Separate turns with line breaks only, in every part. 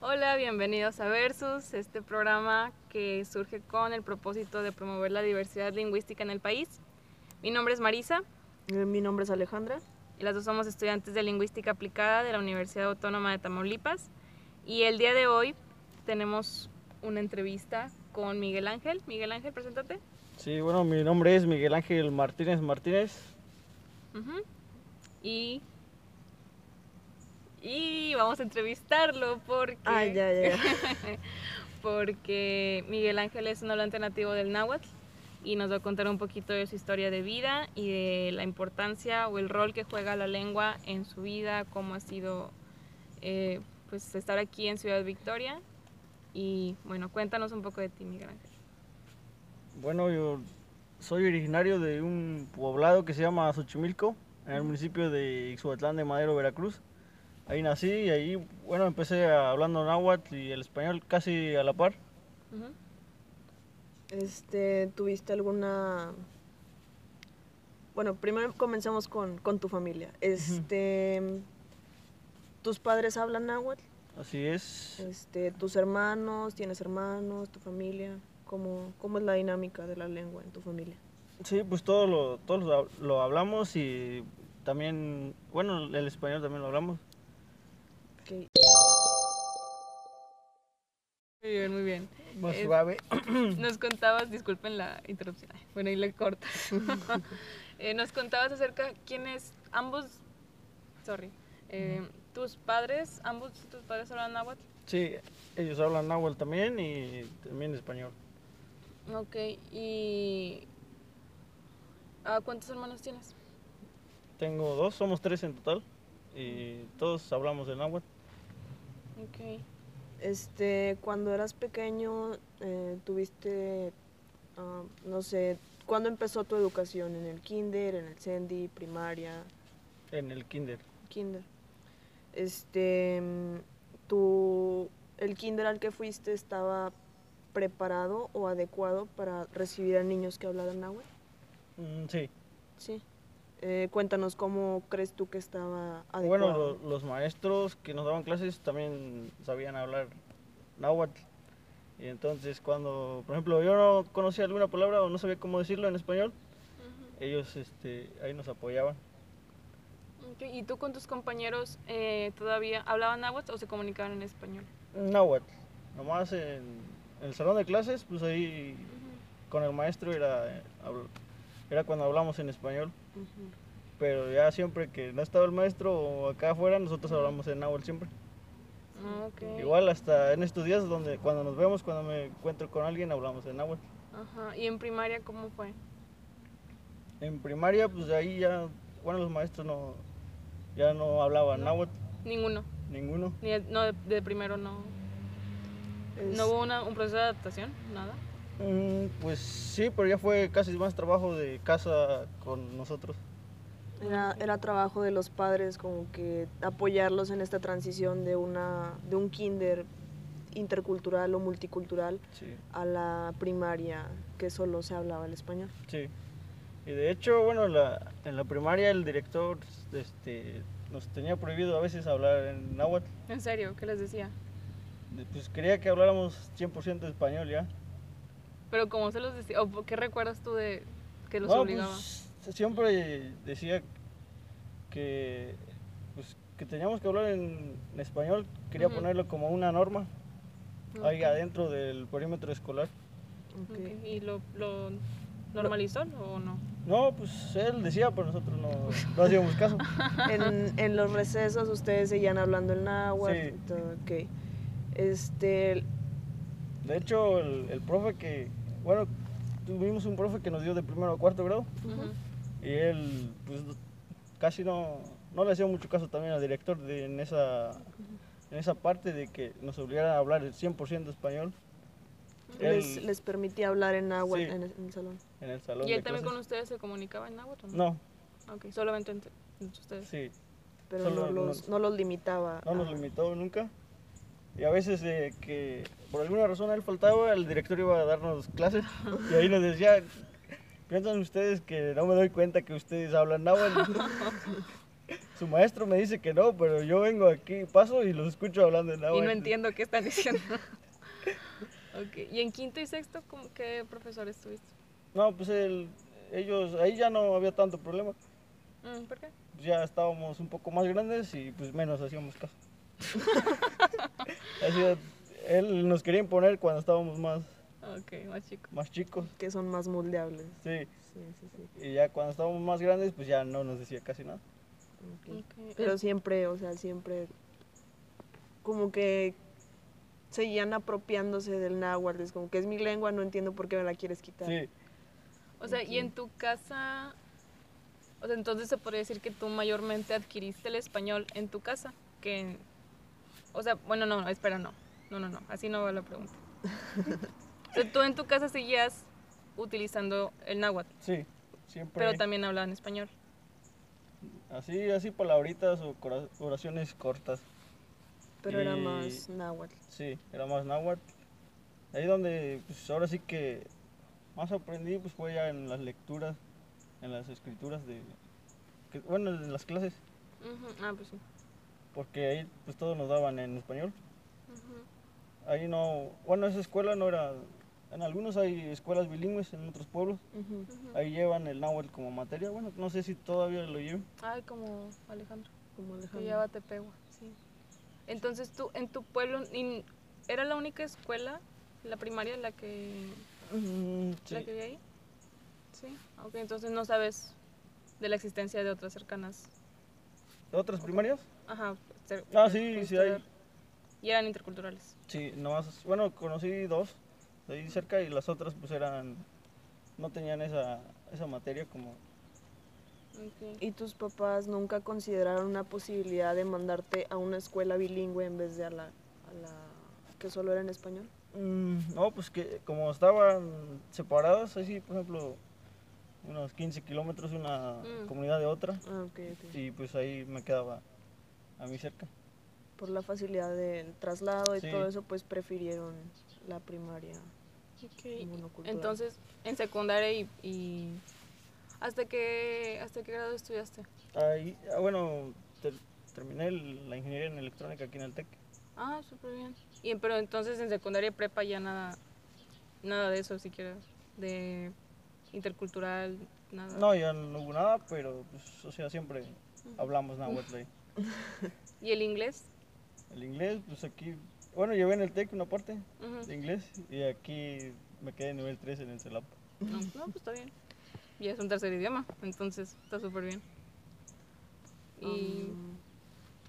Hola, bienvenidos a Versus, este programa que surge con el propósito de promover la diversidad lingüística en el país. Mi nombre es Marisa
Mi nombre es Alejandra.
y las dos somos estudiantes de lingüística aplicada de la Universidad Autónoma de Tamaulipas. Y el día de hoy tenemos una entrevista con Miguel Ángel. Miguel Ángel, preséntate.
Sí, bueno, mi nombre es Miguel Ángel Martínez Martínez.
Ujú. Y. Y vamos a entrevistarlo porque.
Ah, ya, ya, ya.
porque Miguel Ángel es un hablante nativo del náhuatl y nos va a contar un poquito de su historia de vida y de la importancia o el rol que juega la lengua en su vida, cómo ha sido eh, pues estar aquí en Ciudad Victoria. Y bueno, cuéntanos un poco de ti, Miguel Ángel.
Bueno, yo soy originario de un poblado que se llama Xochimilco, en el municipio de Ixhuatlán de Madero, Veracruz. Ahí nací y ahí, bueno, empecé a- hablando náhuatl y el español casi a la par.
Ujú.
Este, ¿tuviste alguna...? Bueno, primero comencemos con, con tu familia. Este, ¿tus padres hablan náhuatl?
Así es.
Este, ¿tus hermanos? ¿Tienes hermanos? ¿Tu familia? ¿Cómo, cómo es la dinámica de la lengua en tu familia?
Sí, pues todo lo, todos lo, hab- lo hablamos y también, bueno, el español también lo hablamos.
Ok.
Muy bien, muy bien.
Más
Eh,
suave.
Nos contabas, disculpen la interrupción, ay, bueno, y le cortas. Eh, nos contabas acerca quiénes, ambos, sorry, eh, tus padres, ambos tus padres hablan náhuatl.
Sí, ellos hablan náhuatl también y también español.
Ok, y. ah, ¿Cuántos hermanos tienes?
Tengo dos, somos tres en total y todos hablamos de náhuatl.
Ok.
Este, cuando eras pequeño, eh, tuviste, ah, no sé, ¿cuándo empezó tu educación? ¿En el kinder, en el sendi, primaria?
En el kinder.
kinder. Este, mm, tu, el kinder al que fuiste estaba preparado o adecuado para recibir a niños que hablaran náhuatl.
Mm, sí.
Sí. Eh, cuéntanos cómo crees tú que estaba adecuado.
Bueno, lo- los maestros que nos daban clases también sabían hablar náhuatl. Y entonces cuando, por ejemplo, yo no conocía alguna palabra o no sabía cómo decirlo en español, ellos este, ahí nos apoyaban.
Ok, ¿Y tú con tus compañeros eh, todavía hablaban náhuatl o se comunicaban en español?
Náhuatl. Nomás en, en el salón de clases, pues ahí con el maestro era, eh, habl- era cuando hablamos en español.
Ujú.
Pero ya siempre que no estaba el maestro o acá afuera, nosotros hablamos en náhuatl siempre.
Ah, Ok.
Igual hasta en estos días donde cuando nos vemos, cuando me encuentro con alguien, hablamos en náhuatl.
Ajá. ¿Y en primaria cómo fue?
En primaria, pues de ahí ya, bueno, los maestros no, ya no hablaban
No.
náhuatl,
Ninguno.
ninguno.
Ni de- no, de- de primero no.
Es-
¿No hubo una- un proceso de adaptación? ¿Nada?
Mm, pues sí, pero ya fue casi más trabajo de casa con nosotros.
era, era trabajo de los padres como que apoyarlos en esta transición de, una, de un kinder intercultural o multicultural
Sí,
a la primaria que solo se hablaba el español.
sí. Y de hecho, bueno, la- en la primaria el director este, nos tenía prohibido a veces hablar en náhuatl.
¿En serio? ¿Qué les decía?
Pues quería que habláramos 100% español ya.
¿Pero cómo se los decía? ¿O qué recuerdas tú de que los
No,
obligaba?
pues, siempre decía que, pues, que teníamos que hablar en español. Quería
Ujú.
ponerlo como una norma ahí
Ok.
adentro del perímetro escolar.
Ok, ¿Y lo, lo normalizó o no?
No, pues él decía, pero nosotros no, no hacíamos caso.
en, en los recesos ustedes seguían hablando el náhuatl.
Sí.
y todo, ok. Este,
De hecho, el, el profe que, bueno, tuvimos un profe que nos dio de primero a cuarto grado
Ujú.
y él, pues, casi no, no le hacía mucho caso también al director de- en, esa, en esa parte de que nos obligara a hablar el 100% español.
les,
Él-
les permitía hablar en náhuatl
Sí.
en, el- en el salón.
En el salón
¿Y él
de
también con
clases.
ustedes se comunicaba en náhuatl o no?
No,
Ok, solamente entre entre ustedes.
sí,
Pero
Solo
no los, no los limitaba.
no
a-
nos limitó nunca. Y a veces eh, que por alguna razón él faltaba, el director iba a darnos clases y ahí nos decía, piensan ustedes que no me doy cuenta que ustedes hablan náhuatl. Su maestro me dice que no, pero yo vengo aquí, paso y los escucho hablando en náhuatl.
Y no entiendo qué están diciendo. Ok, ¿Y en quinto y sexto cómo- qué profesores tuviste?
No, pues el- ellos, ahí ya no había tanto problema. Pues
Mm, ¿Por qué?
Ya estábamos un poco más grandes y pues menos hacíamos caso. Así, él nos quería imponer cuando estábamos más,
Ok, más chico.
más chicos.
que son más moldeables.
Sí,
Sí, sí, sí.
y ya cuando estábamos más grandes, pues ya no nos decía casi nada.
ok.
Ok.
Pero siempre, o sea, siempre como que seguían apropiándose del náhuatl, es como que es mi lengua, no entiendo por qué me la quieres quitar.
Sí,
O sea, y en tu casa, o sea, entonces se podría decir que tú mayormente adquiriste el español en tu casa, que, en- o sea, bueno, no, no, espera, no, no, no, no, así no va la pregunta. O sea, tú en tu casa seguías utilizando el náhuatl,
sí, siempre.
pero también hablaban español.
Así, así palabritas o cora- oraciones cortas.
Pero era
Y-
más náhuatl.
Sí, era más náhuatl. Ahí donde, pues ahora sí que más aprendí, pues fue ya en las lecturas, en las escrituras de. que- bueno, en las clases,
Ujú, Ah, pues sí.
porque ahí pues todos nos daban en español.
Ujú.
Ahí no. Bueno, esa escuela no era. En algunos hay escuelas bilingües, en otros pueblos.
Ujú.
Ahí llevan el náhuatl como materia. Bueno, no sé si todavía lo lleven.
Ay, como Alejandro,
Como
que
Alejandro.
lleva Tepegua, sí. Entonces tú, en tu pueblo, in- ¿era la única escuela, la primaria, en la que
Mm,
¿La
sí.
que vi ahí? Sí. Ok, entonces no sabes de la existencia de otras cercanas.
¿Otras primarias?
Ajá. cer-
Ah, sí, sí hay.
cultural. Y eran interculturales.
Sí, nomás, bueno, conocí dos de ahí cerca y las otras pues eran, no tenían esa, esa materia como...
Ok.
¿Y tus papás nunca consideraron una posibilidad de mandarte a una escuela bilingüe en vez de a la, a la que solo era en español?
Mm, no, pues que como estaban separadas, así por ejemplo, unos 15 kilómetros de una
Mm.
comunidad de otra
Ah, ok, ok.
y pues ahí me quedaba a mí cerca.
Por la facilidad del traslado y
Sí.
todo eso, pues prefirieron la primaria. Monocultural.
Entonces, en secundaria y, y- ¿Hasta qué, ¿Hasta qué grado estudiaste?
Ahí, ah, bueno, ter- terminé el- la ingeniería en electrónica aquí en el TEC.
Ah, súper bien. Y, pero entonces en secundaria y prepa ya nada, nada de eso siquiera, de intercultural, nada.
No, ya no hubo nada, pero pues, o sea, siempre hablamos náhuatl ahí.
¿Y el inglés?
El inglés, pues aquí, bueno, llevé en el TEC una parte
Ujú.
de inglés y aquí me quedé en nivel 3 en el E CELAP.
No, no, pues está bien. Y es un tercer idioma, entonces está súper bien. Y
Um,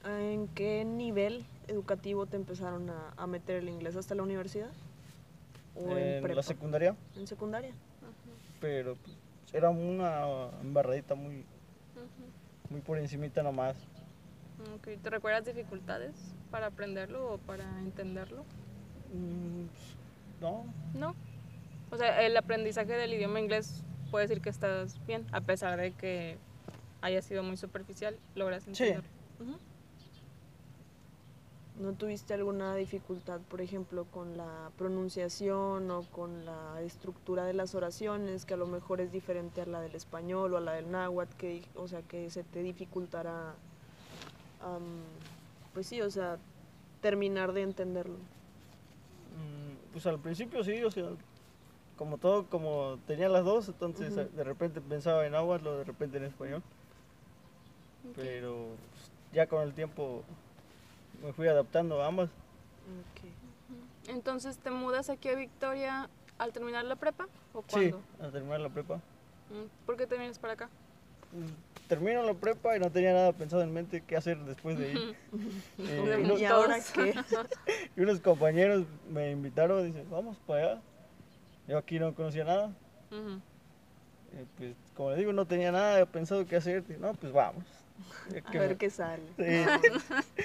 ¿En qué nivel educativo te empezaron a, a meter el inglés? ¿Hasta la universidad? ¿O en,
En
prepa?
la secundaria,
¿En secundaria?
pero pues, era una embarradita muy, muy por encimita nomás.
ok, ¿te recuerdas dificultades para aprenderlo o para entenderlo?
Mm, pues, No,
No. O sea, el aprendizaje del idioma inglés puede decir que estás bien, a pesar de que haya sido muy superficial, logras entenderlo. Ujú.
¿No tuviste alguna dificultad, por ejemplo, con la pronunciación o con la estructura de las oraciones, que a lo mejor es diferente a la del español o a la del náhuatl, que, o sea, que se te dificultará, am, pues sí, o sea, terminar de entenderlo?
Mm, pues al principio sí, o sea, como todo, como tenía las dos, entonces
Ujú.
de repente pensaba en náhuatl o de repente en español, pero pues, ya con el tiempo me fui adaptando a ambas.
Entonces, ¿te mudas aquí a Victoria al terminar la prepa o
Sí,
cuándo?
al terminar la prepa.
Mm, ¿Por qué te vienes para acá?
Mm, Termino la prepa y no tenía nada pensado en mente qué hacer después de ahí. Eh, y,
no-
¿Y
todos.
ahora qué?
y unos compañeros me invitaron, dicen, vamos para allá. Yo aquí no conocía nada.
Ujú.
Eh, pues, como les digo, no tenía nada pensado qué hacer. Dije, no, pues vamos. Ya
A
que me-
ver qué sale.
Sí.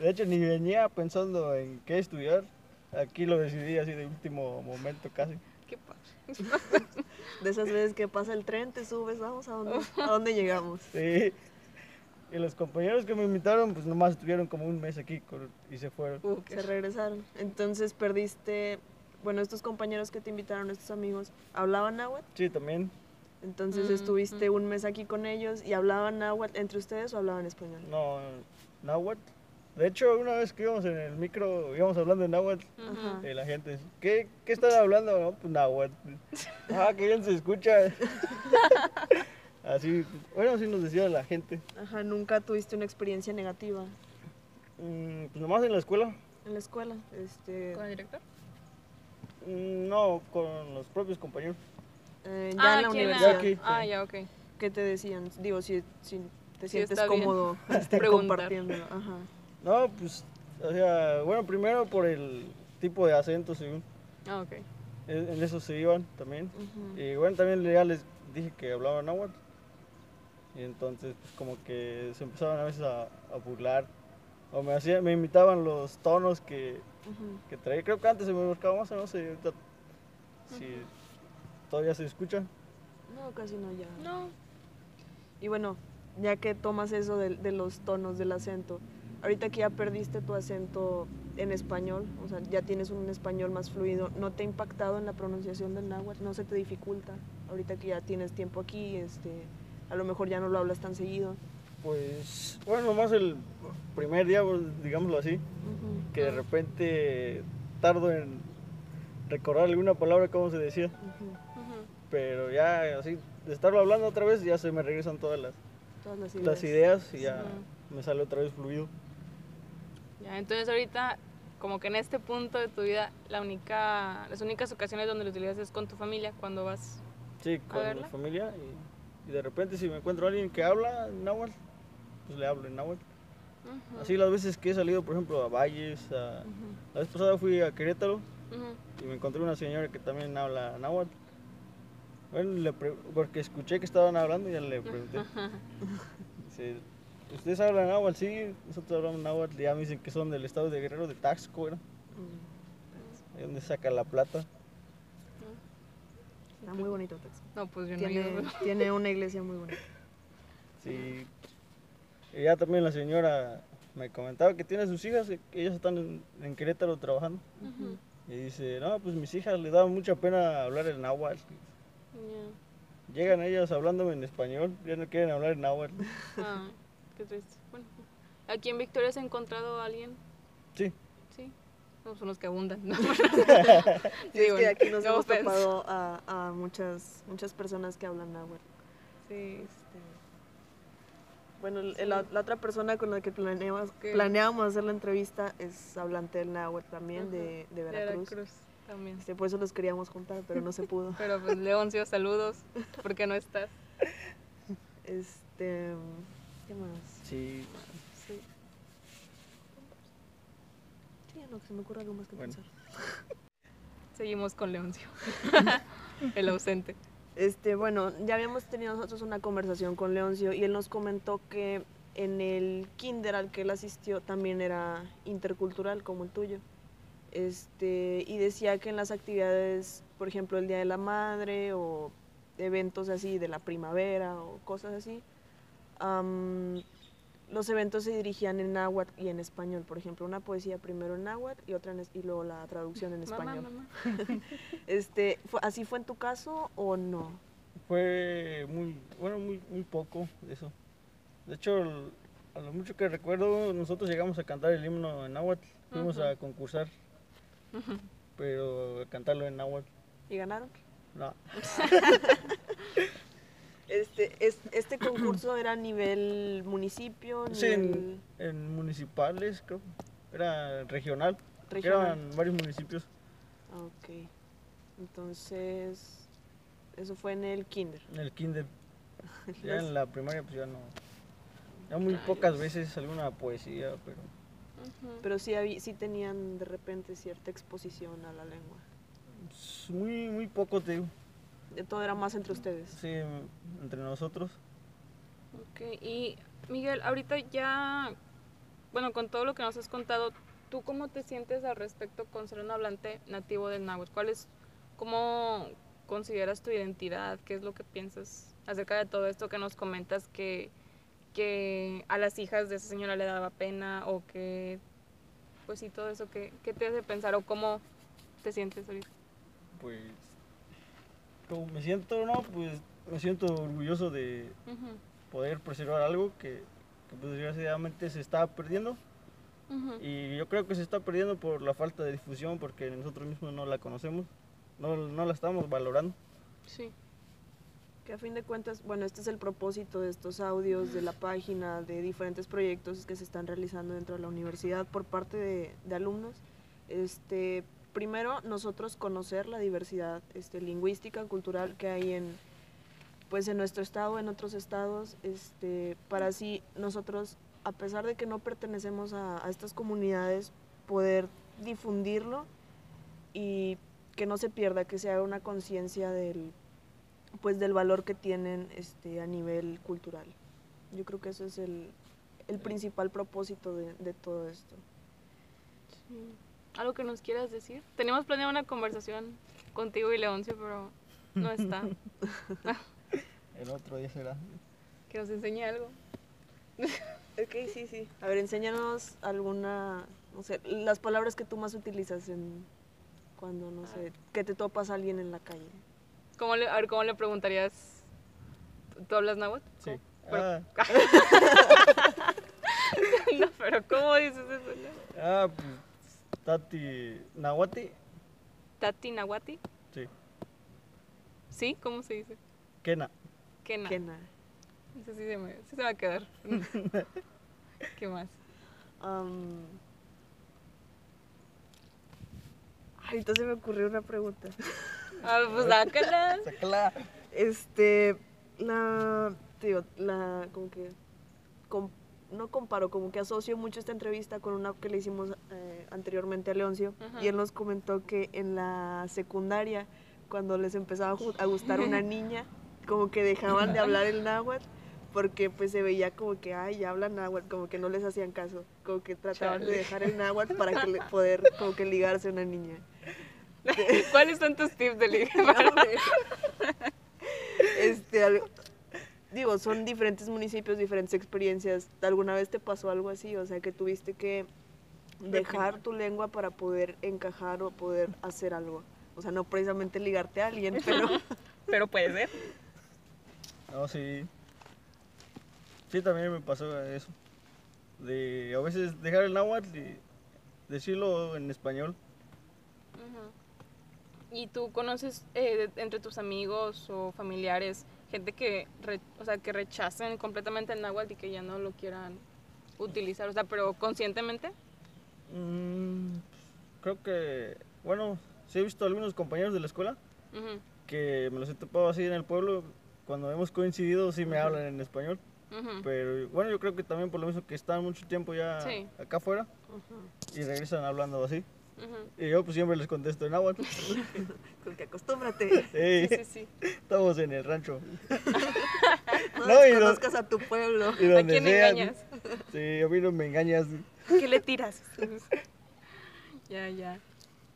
De hecho, ni venía pensando en qué estudiar. Aquí lo decidí así de último momento casi.
Qué padre.
De esas veces que pasa el tren, te subes, vamos a dónde, a dónde llegamos.
Sí. Y los compañeros que me invitaron, pues nomás estuvieron como un mes aquí con- y se fueron.
Uh, qué
Se regresaron. Entonces perdiste, bueno, estos compañeros que te invitaron, estos amigos, ¿hablaban náhuatl?
Sí, también.
Entonces
Mm,
estuviste un mes aquí con ellos y hablaban náhuatl entre ustedes o hablaban español.
No, náhuatl. De hecho, una vez que íbamos en el micro, íbamos hablando de náhuatl,
Ujú.
y la gente, ¿qué, qué están hablando? No, pues náhuatl. Ah, que bien se escucha. Así, bueno, así nos decía la gente.
Ajá, nunca tuviste una experiencia negativa
Mm, pues nomás en la escuela,
en la escuela. Este,
¿Con el director?
mm, no, con los propios compañeros.
eh, ya en la
Ah, aquí
universidad.
Ya aquí.
Ah, ya, ok.
¿Qué te decían? Digo, si, si te
Sí,
sientes
está bien.
cómodo este,
Preguntar.
compartiéndolo. Ajá.
No, pues, o sea, bueno, primero por el tipo de acento, según. E,
Ah, ok.
En en eso se iban también.
ujú.
Y bueno, también ya les dije que hablaban náhuatl. Y entonces, pues como que se empezaban a veces a, a burlar. O me, hacían, me imitaban los tonos que,
Ujú.
que traía. Creo que antes se me buscaba más, no sé ahorita si todavía se escuchan.
No, casi no ya.
No.
Y bueno, ya que tomas eso del- de, los tonos del acento, ahorita que ya perdiste tu acento en español, o sea, ya tienes un español más fluido, ¿no te ha impactado en la pronunciación del náhuatl? ¿No se te dificulta? Ahorita que ya tienes tiempo aquí, este, a lo mejor ya no lo hablas tan seguido.
Pues, bueno, más el primer día, pues, digámoslo así, que de repente tardo en recordar alguna palabra, como se decía.
Ujú.
Ujú.
Pero ya, así, de estarlo hablando otra vez, ya se me regresan todas las,
Todas las ideas.
las ideas y ya
Sí.
me sale otra vez fluido.
Ya, entonces ahorita, como que en este punto de tu vida, la única, las únicas ocasiones donde lo utilizas es con tu familia, cuando vas.
Sí, con mi
verla.
familia y, y de repente si me encuentro a alguien que habla en náhuatl, pues le hablo en náhuatl.
Ujú.
Así las veces que he salido, por ejemplo, a Valles, a- la vez pasada fui a Querétaro
Ujú.
y me encontré una señora que también habla náhuatl. Bueno, le pre- porque escuché que estaban hablando y ya le pregunté. Dice, ¿ustedes hablan náhuatl? Sí, nosotros hablamos náhuatl. Y ya me dicen que son del estado de Guerrero, de Taxco, ¿era?
Mm,
Ahí donde saca la plata.
Está muy bonito Texas.
No, pues yo no
Tiene,
ayudo.
tiene una iglesia muy bonita.
Sí. Y ya también la señora me comentaba que tiene sus hijas, que ellas están en, en Querétaro trabajando.
Ujú.
Y dice, no, pues mis hijas les daba mucha pena hablar el náhuatl.
Ya.
Llegan ellas hablándome en español, ya no quieren hablar en náhuatl.
Ah, qué triste. Bueno, aquí en Victoria has encontrado a alguien,
Sí,
¿sí? No, son los que abundan. ¿no?
Sí, pues. es
Digo,
que aquí nos
no
hemos
offense.
topado a, a muchas, muchas personas que hablan náhuatl.
Sí.
Bueno, el- la, la otra persona con la que planeamos,
Que-
planeamos hacer la entrevista es hablante del náhuatl también,
Ajá,
de, de
De
Veracruz.
Veracruz también.
Este, por eso los queríamos juntar, pero no se pudo.
Pero pues Leoncio, saludos, porque no estás.
Este, ¿Qué más?
sí.
Sí.
Sí, no, que se me ocurre algo más que
Bueno.
pensar.
Seguimos con Leoncio, el ausente.
Este, bueno, ya habíamos tenido nosotros una conversación con Leoncio y él nos comentó que en el kinder al que él asistió también era intercultural como el tuyo. Este, y decía que en las actividades, por ejemplo, el Día de la Madre o eventos así de la primavera o cosas así, am, los eventos se dirigían en náhuatl y en español. Por ejemplo, una poesía primero en náhuatl y, otra en es- y luego la traducción en español.
Mamá, mamá.
Este, ¿fue- ¿Así fue en tu caso o no?
Fue muy, bueno, muy, muy poco de eso. De hecho, el- a lo mucho que recuerdo, nosotros llegamos a cantar el himno en náhuatl. Fuimos a concursar, pero a cantarlo en náhuatl.
¿Y ganaron?
No,
Este, es- este concurso era a nivel municipio,
Sí,
nivel
en, en municipales, creo. Era regional. porque
regional.
Eran varios municipios.
Ah, ok. Entonces, eso fue en el kinder.
En el kinder. Ya en la primaria, pues ya no. Ya muy pocas veces alguna poesía, pero.
Ujú.
Pero sí, habí- sí tenían de repente cierta exposición a la lengua.
pues, muy, muy poco, te digo.
De todo era más entre ustedes.
Sí, entre nosotros.
Ok, y Miguel, ahorita ya, bueno, con todo lo que nos has contado, ¿tú cómo te sientes al respecto con ser un hablante nativo del náhuatl? ¿Cuál es, cómo consideras tu identidad? ¿Qué es lo que piensas acerca de todo esto que nos comentas que, que a las hijas de esa señora le daba pena o que, pues sí, todo eso, ¿qué, qué te hace pensar o cómo te sientes ahorita?
Pues. Como me siento, ¿no? Pues me siento orgulloso de
Ujú,
poder preservar algo que, que, pues, desgraciadamente se está perdiendo.
ujú.
Y yo creo que se está perdiendo por la falta de difusión, porque nosotros mismos no la conocemos, no, no la estamos valorando.
Sí.
Que a fin de cuentas, bueno, este es el propósito de estos audios, de la página, de diferentes proyectos que se están realizando dentro de la universidad por parte de, de alumnos. Este, primero, nosotros conocer la diversidad este, lingüística, cultural que hay en, pues, en nuestro estado, en otros estados, este, para así nosotros, a pesar de que no pertenecemos a, a estas comunidades, poder difundirlo y que no se pierda, que se haga una conciencia del pues del valor que tienen este, a nivel cultural. Yo creo que ese es el, el principal propósito de, de todo esto.
Sí. Mm. ¿Algo que nos quieras decir? Teníamos planeada una conversación contigo y Leoncio, pero no está.
El otro día será.
que nos enseñe algo.
Ok, sí, sí. A ver, enséñanos alguna, no sé, las palabras que tú más utilizas en cuando, no sé, que te topas a alguien en la calle.
¿Cómo le, a ver, ¿cómo le preguntarías? ¿Tú hablas náhuatl?
Sí. Ah,
Pero- no, pero ¿cómo dices eso? no?
ah, pues, Tati Nahuati.
¿Tati nahuati?
Sí.
¿Sí? ¿Cómo se dice?
Kena.
Kena.
¿Qué na?
Ese sí se, me, sí se va a quedar. ¿Qué más?
Am, Ahorita se me ocurrió una pregunta.
Ah, pues dácala.
Sácala.
Este, la, te digo, la, como que, com- no comparo, como que asocio mucho esta entrevista con una que le hicimos eh, anteriormente a Leoncio,
Ajá.
y él nos comentó que en la secundaria, cuando les empezaba a ju- a gustar una niña, como que dejaban de hablar el náhuatl, porque pues se veía como que, ay, ya hablan náhuatl, como que no les hacían caso, como que trataban de
Chale.
dejar el náhuatl para que le- poder como que ligarse a una niña.
¿Cuáles son tus tips de ligue?
este, al- digo, son diferentes municipios, diferentes experiencias. ¿Alguna vez te pasó algo así? O sea, que tuviste que dejar tu lengua para poder encajar o poder hacer algo. O sea, no precisamente ligarte a alguien, pero
pero puede ser.
No, sí. Sí, también me pasó eso. De a veces dejar el náhuatl y decirlo en español.
Ujú. ¿Y tú conoces eh, de- entre tus amigos o familiares gente que, re- o sea, que rechacen completamente el náhuatl y que ya no lo quieran utilizar? O sea, pero conscientemente.
Mm, creo que, bueno, sí he visto algunos compañeros de la escuela
Ujú,
que me los he topado así en el pueblo. Cuando hemos coincidido, sí me hablan en español.
ujú.
Pero bueno, yo creo que también por lo mismo que están mucho tiempo ya
Sí.
acá afuera y regresan hablando así.
Ujú.
Y yo pues siempre les contesto en náhuatl.
con que acostúmbrate.
Sí,
Ey,
sí, sí.
Estamos en el rancho.
No,
No, y lo-
desconozcas a tu pueblo.
Y
¿A
donde
quién
sea,
engañas?
Sí, a mí no me engañas.
¿Qué le tiras?
ya, ya.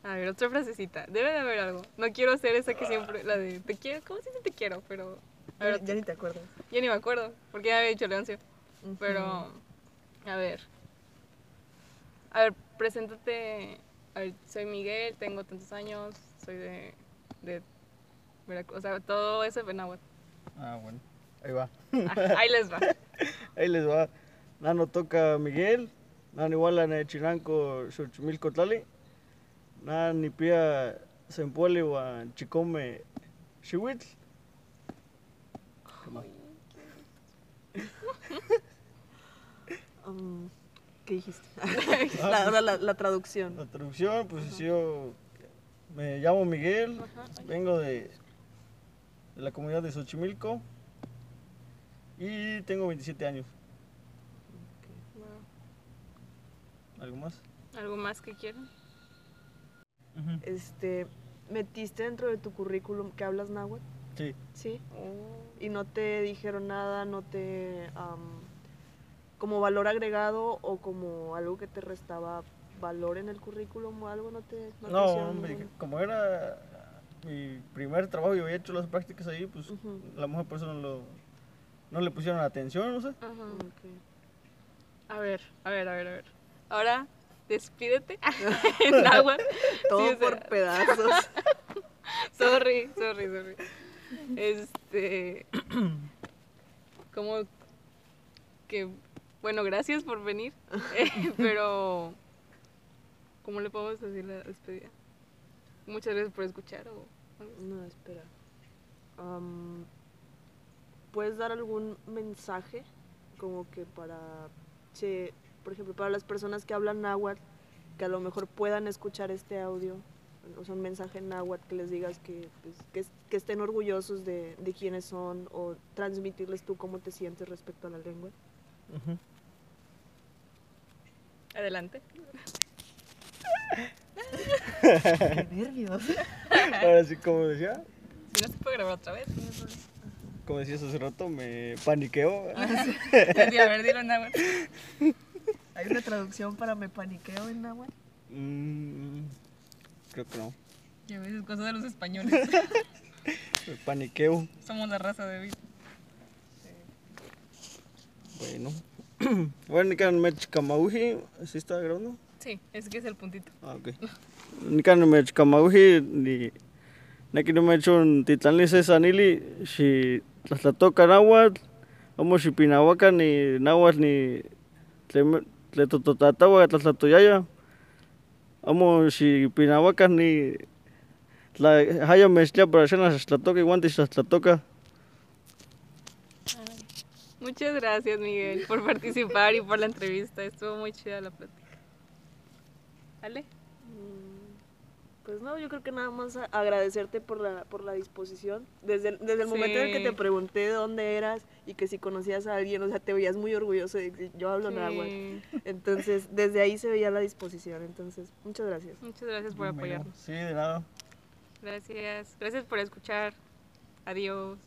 A ver, otra frasecita. Debe de haber algo. No quiero hacer esa que siempre, la de te quiero. ¿Cómo se dice te quiero? Pero, a ver,
ya ni te acuerdas.
ya ni me acuerdo. Porque ya había dicho Leoncio. Pero, a ver. A ver, preséntate. A ver, soy Miguel, tengo tantos años, soy de, de Veracruz. O sea, todo eso en náhuatl.
Ah, bueno. Ahí va.
Ah, ahí les va.
Ahí les va. Nano toca Miguel. Nano iguala en Chinanco, Xochimilco, Tlali. Nani pía Sempuele, Huan Chicome, Chihuitl.
Am, ¿Qué dijiste? la, ahora la, la
La
traducción.
traducción, pues yo me llamo Miguel, vengo de, de la comunidad de Xochimilco y tengo 27 años.
Wow.
¿Algo más?
¿Algo más que quieran?
Este, ¿metiste dentro de tu currículum que hablas náhuatl?
Sí.
Sí. y no te dijeron nada, no te am, como valor agregado o como algo que te restaba valor en el currículum o algo, no te no te
No,
hicieron
me
ningún-
dije, como era mi primer trabajo y había hecho las prácticas ahí, pues
Ujú.
la mujer por eso no, lo- no le pusieron atención, no sé.
Ajá.
Mm, Ok.
A ver, a ver, a ver, a ver. Ahora, despídete en náhuatl.
Todo
o sea-
por pedazos.
Sorry, sorry, sorry. Este. Como que. Bueno, gracias por venir. eh, pero. ¿Cómo le podemos decir la despedida? Muchas gracias por escuchar. O, algo así.
No, espera. Am, ¿Puedes dar algún mensaje como que para, che, por ejemplo, para las personas que hablan náhuatl, que a lo mejor puedan escuchar este audio? O sea, un mensaje en náhuatl que les digas que, pues, que, es- que estén orgullosos de, de quiénes son o transmitirles tú cómo te sientes respecto a la lengua.
Ujú.
Adelante.
Qué nervios.
Ahora sí, como decía,
Si no se puede grabar otra vez.
como decías hace rato, me paniqueo.
Di, a ver, dilo en náhuatl.
¿Hay una traducción para me paniqueo en náhuatl?
Mm, creo que no.
Ya ves, es cosa de los españoles.
Me paniqueo.
Somos la raza de vida.
Bueno. Bueno, Nican Mechkamauji, ¿sí está grabando?
Sí, es que es el puntito.
Ah, ok. Nican Mechkamauji, ni. Naki no me hecho en Titlán Sanili, si Tlatlatoca Nahuatl, vamos si Pinahuaca ni Nahuatl ni Tleme- Tletototatahua Tlatlatoyaya, vamos si Pinahuaca ni Tla Haya Mechlia para Xenas Tlatoca y Guantes Tlatoca.
Muchas gracias, Miguel, por participar y por la entrevista. Estuvo muy chida la plática. ¿Vale?
Mm, Pues no, yo creo que nada más a- agradecerte por la, por la disposición. Desde el, desde el momento en el que
Sí.
te pregunté de dónde eras y que si conocías a alguien, o sea, te veías muy orgulloso de que yo hablo náhuatl.
Sí.
Entonces, desde ahí se veía la disposición. Entonces, muchas gracias.
Muchas gracias por apoyarnos.
Sí, de nada.
Gracias. Gracias por escuchar. Adiós.